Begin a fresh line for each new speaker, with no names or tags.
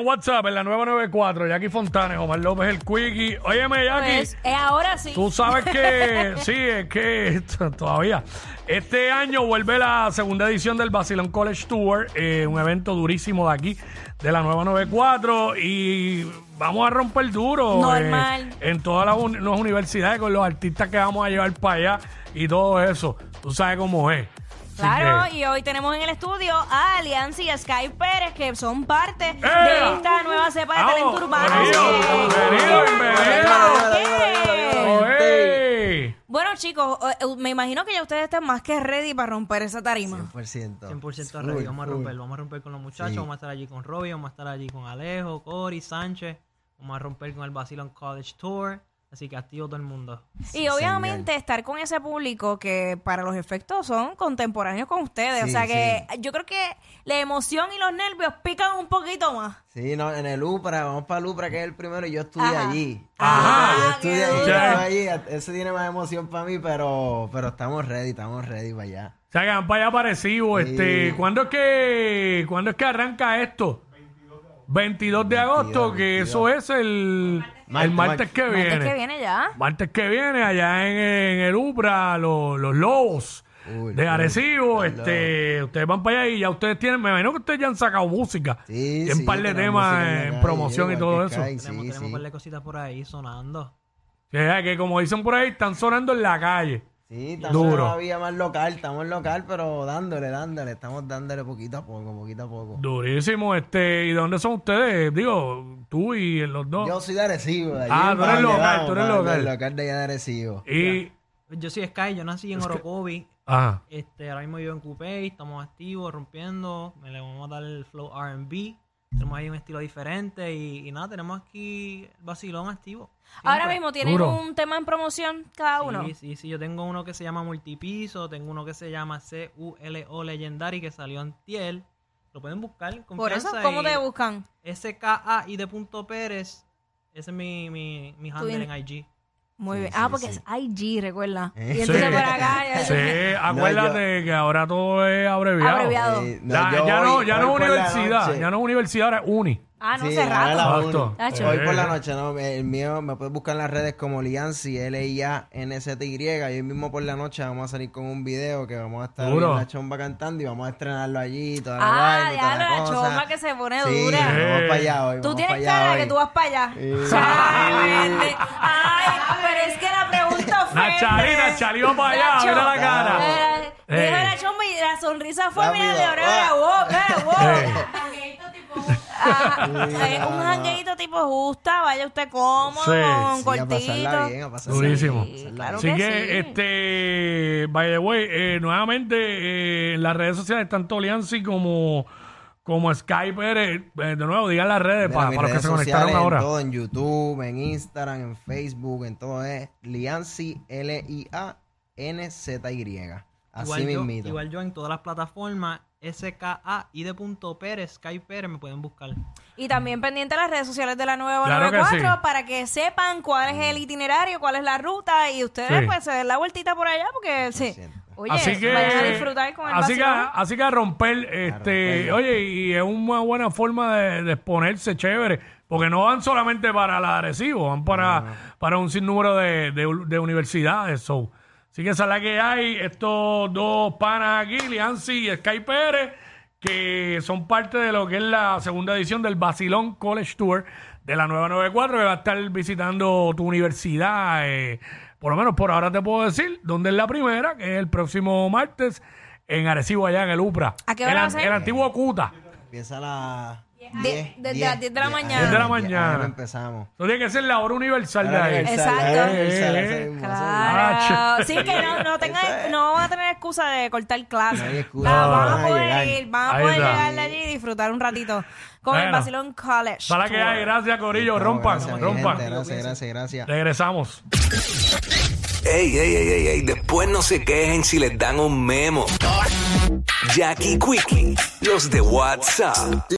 WhatsApp en la 994, Jackie Fontanes, Omar López el Quickie. Óyeme, Jackie.
Pues, eh, ahora sí.
Tú sabes que, sí, es que t- todavía. Este año vuelve la segunda edición del Basilón College Tour, eh, un evento durísimo de aquí, de la nueva 94, y vamos a romper duro.
Normal.
eh, en todas las uni- las universidades, con los artistas que vamos a llevar para allá y todo eso. Tú sabes cómo es. Así
Claro,
que-
y hoy tenemos en el estudio a Alianza y a Sky Pérez, que son parte
¡Eh!
de esta nueva cepa de
Vamos,
talento urbano.
bienvenido,
Sí.
bienvenido, bienvenido.
¿Qué?
¡Oye!
Bueno, chicos, eh, eh, me imagino que ya ustedes están más que ready para romper esa tarima.
100%.
100%
Full,
ready, vamos a
full.
romper, vamos a romper con los muchachos,
Sí.
vamos a estar allí con Robbie, vamos a estar allí con Alejo, Cory, Sánchez, vamos a romper con el Basilón College Tour, así que activo todo el mundo.
Y obviamente estar con ese público que para los efectos son contemporáneos con ustedes. o
Sí,
sea que yo creo que la emoción y los nervios pican un poquito más.
Sí, no, en el UPRA, vamos para el UPRA, que es el primero, y yo estudié
Ajá.
allí.
Ajá.
Yo estudié allí, yo
Ya.
estuve allí, a- eso tiene más emoción para mí, pero, pero estamos ready, estamos ready para allá.
O sea, que van para allá parecido. Este,
Sí.
¿cuándo, es que, ¿Cuándo es que arranca esto? 22 de agosto,
22,
que
22.
eso es el,
Martes,
el martes
martes.
que viene.
Martes que viene ya.
Martes que viene, allá en, en el Ubra, los, los lobos
Uy,
de
uy,
Arecibo.
los
este, Ustedes van para allá y ya ustedes tienen, me imagino que ustedes ya han sacado música.
Sí,
tienen
sí,
un par de
tenemos
temas
música en la
en
calle,
promoción y
igual
todo
que
eso.
Sky,
Tenemos,
sí,
tenemos
sí.
un par de cositas por ahí sonando.
O sea, que como dicen por ahí, están sonando en la calle.
Sí, estamos
Duro.
todavía más local, estamos local, pero dándole, dándole, estamos dándole poquito a poco, poquito a poco.
Durísimo, este, ¿y de dónde son ustedes? Digo, tú y los dos.
Yo soy de Arecibo. de allí
Ah,
es
tú eres
para donde
local,
vamos,
tú eres
para donde-
local.
local de allá de Arecibo.
y,
Yo soy Sky, yo nací en Orocovi,
ajá.
este, ahora mismo vivo en Coupé, estamos activos, rompiendo, me le vamos a dar el flow R&B, tenemos ahí un estilo diferente y, y nada, tenemos aquí el Basilón activo.
Ahora
siempre.
mismo tienen
Duro.
un tema en promoción cada uno.
Sí, sí, sí. Yo tengo uno que se llama Multipiso, tengo uno que se llama CULO Legendary que salió en Tiel. Lo pueden buscar. con
Por eso,
confianza
¿cómo
y
te buscan?
SKA y de punto Pérez. Ese es mi, mi, mi handle
in-
en IG.
Muy
Sí,
bien.
sí,
Ah, porque
sí.
es IG, recuerda.
Eh.
Y entonces
Sí.
por acá. ya-
Sí, acuérdate que ahora todo es abreviado.
Abreviado.
Sí,
La-
Eh, yo
ya
hoy-
no, ya
hoy
no es
por la
universidad,
noche-
ya no es universidad, ahora es uni.
Ah, no,
Sí,
hace
ahora a
rato.
la
Exacto.
una.
Tacho.
Hoy por la
Eh.
noche, ¿no? El mío me puedes buscar en las redes como Lianzi, L-I-A-N-Z-Y. Y hoy mismo por la noche vamos a salir con un video que vamos a estar en
Duro.
la chomba cantando y vamos a estrenarlo allí. Toda la
Ah,
vaina,
ya
toda
la
cosa.
chomba que se pone
Sí,
dura.
Vamos para allá hoy.
Tú
vamos
tienes
para allá
cara
hoy.
que tú vas para allá.
Sí.
Ay, vete. Ay, pero es que la pregunta fue.
Nachari, Nachari va para allá,
Nacho.
mira la cara.
Eh, Dijo
Eh.
la chomba y la sonrisa fue,
Rápido.
mira, de oreja a
Ah.
boca, de boca.
Eh.
Ajá.
Sí,
Eh,
no,
un
no.
jangueito tipo justa, vaya usted cómodo,
Sí,
con
Sí, a pasarla
cortito.
bien, a pasarla
Durísimo.
bien, a pasarla
claro
bien.
Así
que
que,
sí.
este, by the way, eh, nuevamente eh, en las redes sociales, tanto Lianzi como, como Skype, eh, de nuevo, digan las redes
Mira,
para,
mis
para Eh, los que
redes
se conectaron
sociales, en
ahora.
todo, en YouTube, en Instagram, en Facebook, en todo eh, es Lianzi, L-I-A-N-Z-Y. Así
yo,
mismito.
igual yo en todas las plataformas, SKA y de punto Pérez, Sky Pérez, me pueden buscar.
Y también pendiente a las redes sociales de la nueva
Claro que
94
sí.
para que sepan cuál es el
Mm.
itinerario, cuál es la ruta y ustedes
Sí.
pues se den la vueltita por allá porque sí. Oye,
así que,
vayan a disfrutar con el
así que,
vacilón.
así que a romper, este,
romperla.
oye, y es una buena forma de, de exponerse, chévere, porque no van solamente para la Arecibo, van para, para un sinnúmero de, de- de universidades. So. Así que esa es la que hay, estos dos panas aquí, Lianzi y Sky Pérez, que son parte de lo que es la segunda edición del Basilón College Tour de la 994, que va a estar visitando tu universidad, eh, por lo menos por ahora te puedo decir, dónde es la primera, que es el próximo martes en Arecibo, allá en el UPRA.
¿A qué hora
el,
va a
an-
ser?
el antiguo Cuta.
Empieza a las
Die-
10,
desde las 10 de la mañana.
10 de la mañana.
empezamos.
Eso tiene que ser la hora universal de
Ahora
ahí.
que
Exacto.
sale, ahora que sale,
Eh,
ese mismo, ese mismo.
Claro.
Macho.
Sí, que no, no, tengan-
Eso es.
no van a tener excusa de cortar clases.
No hay excusa,
Claro,
no
van
van
a
a
poder
llegar.
ir, van a
Ahí
poder
está.
llegar de allí y disfrutar un ratito con el
Bueno.
Basilón College.
Para que hay, gracias Corillo,
Estamos,
rompan,
gracias, mi
rompan.
gente, Gracias, gracias, gracias.
Regresamos.
Ey, ey, ey, ey, ey, después no se quejen si les dan un memo. Jackie Quickie, los de WhatsApp.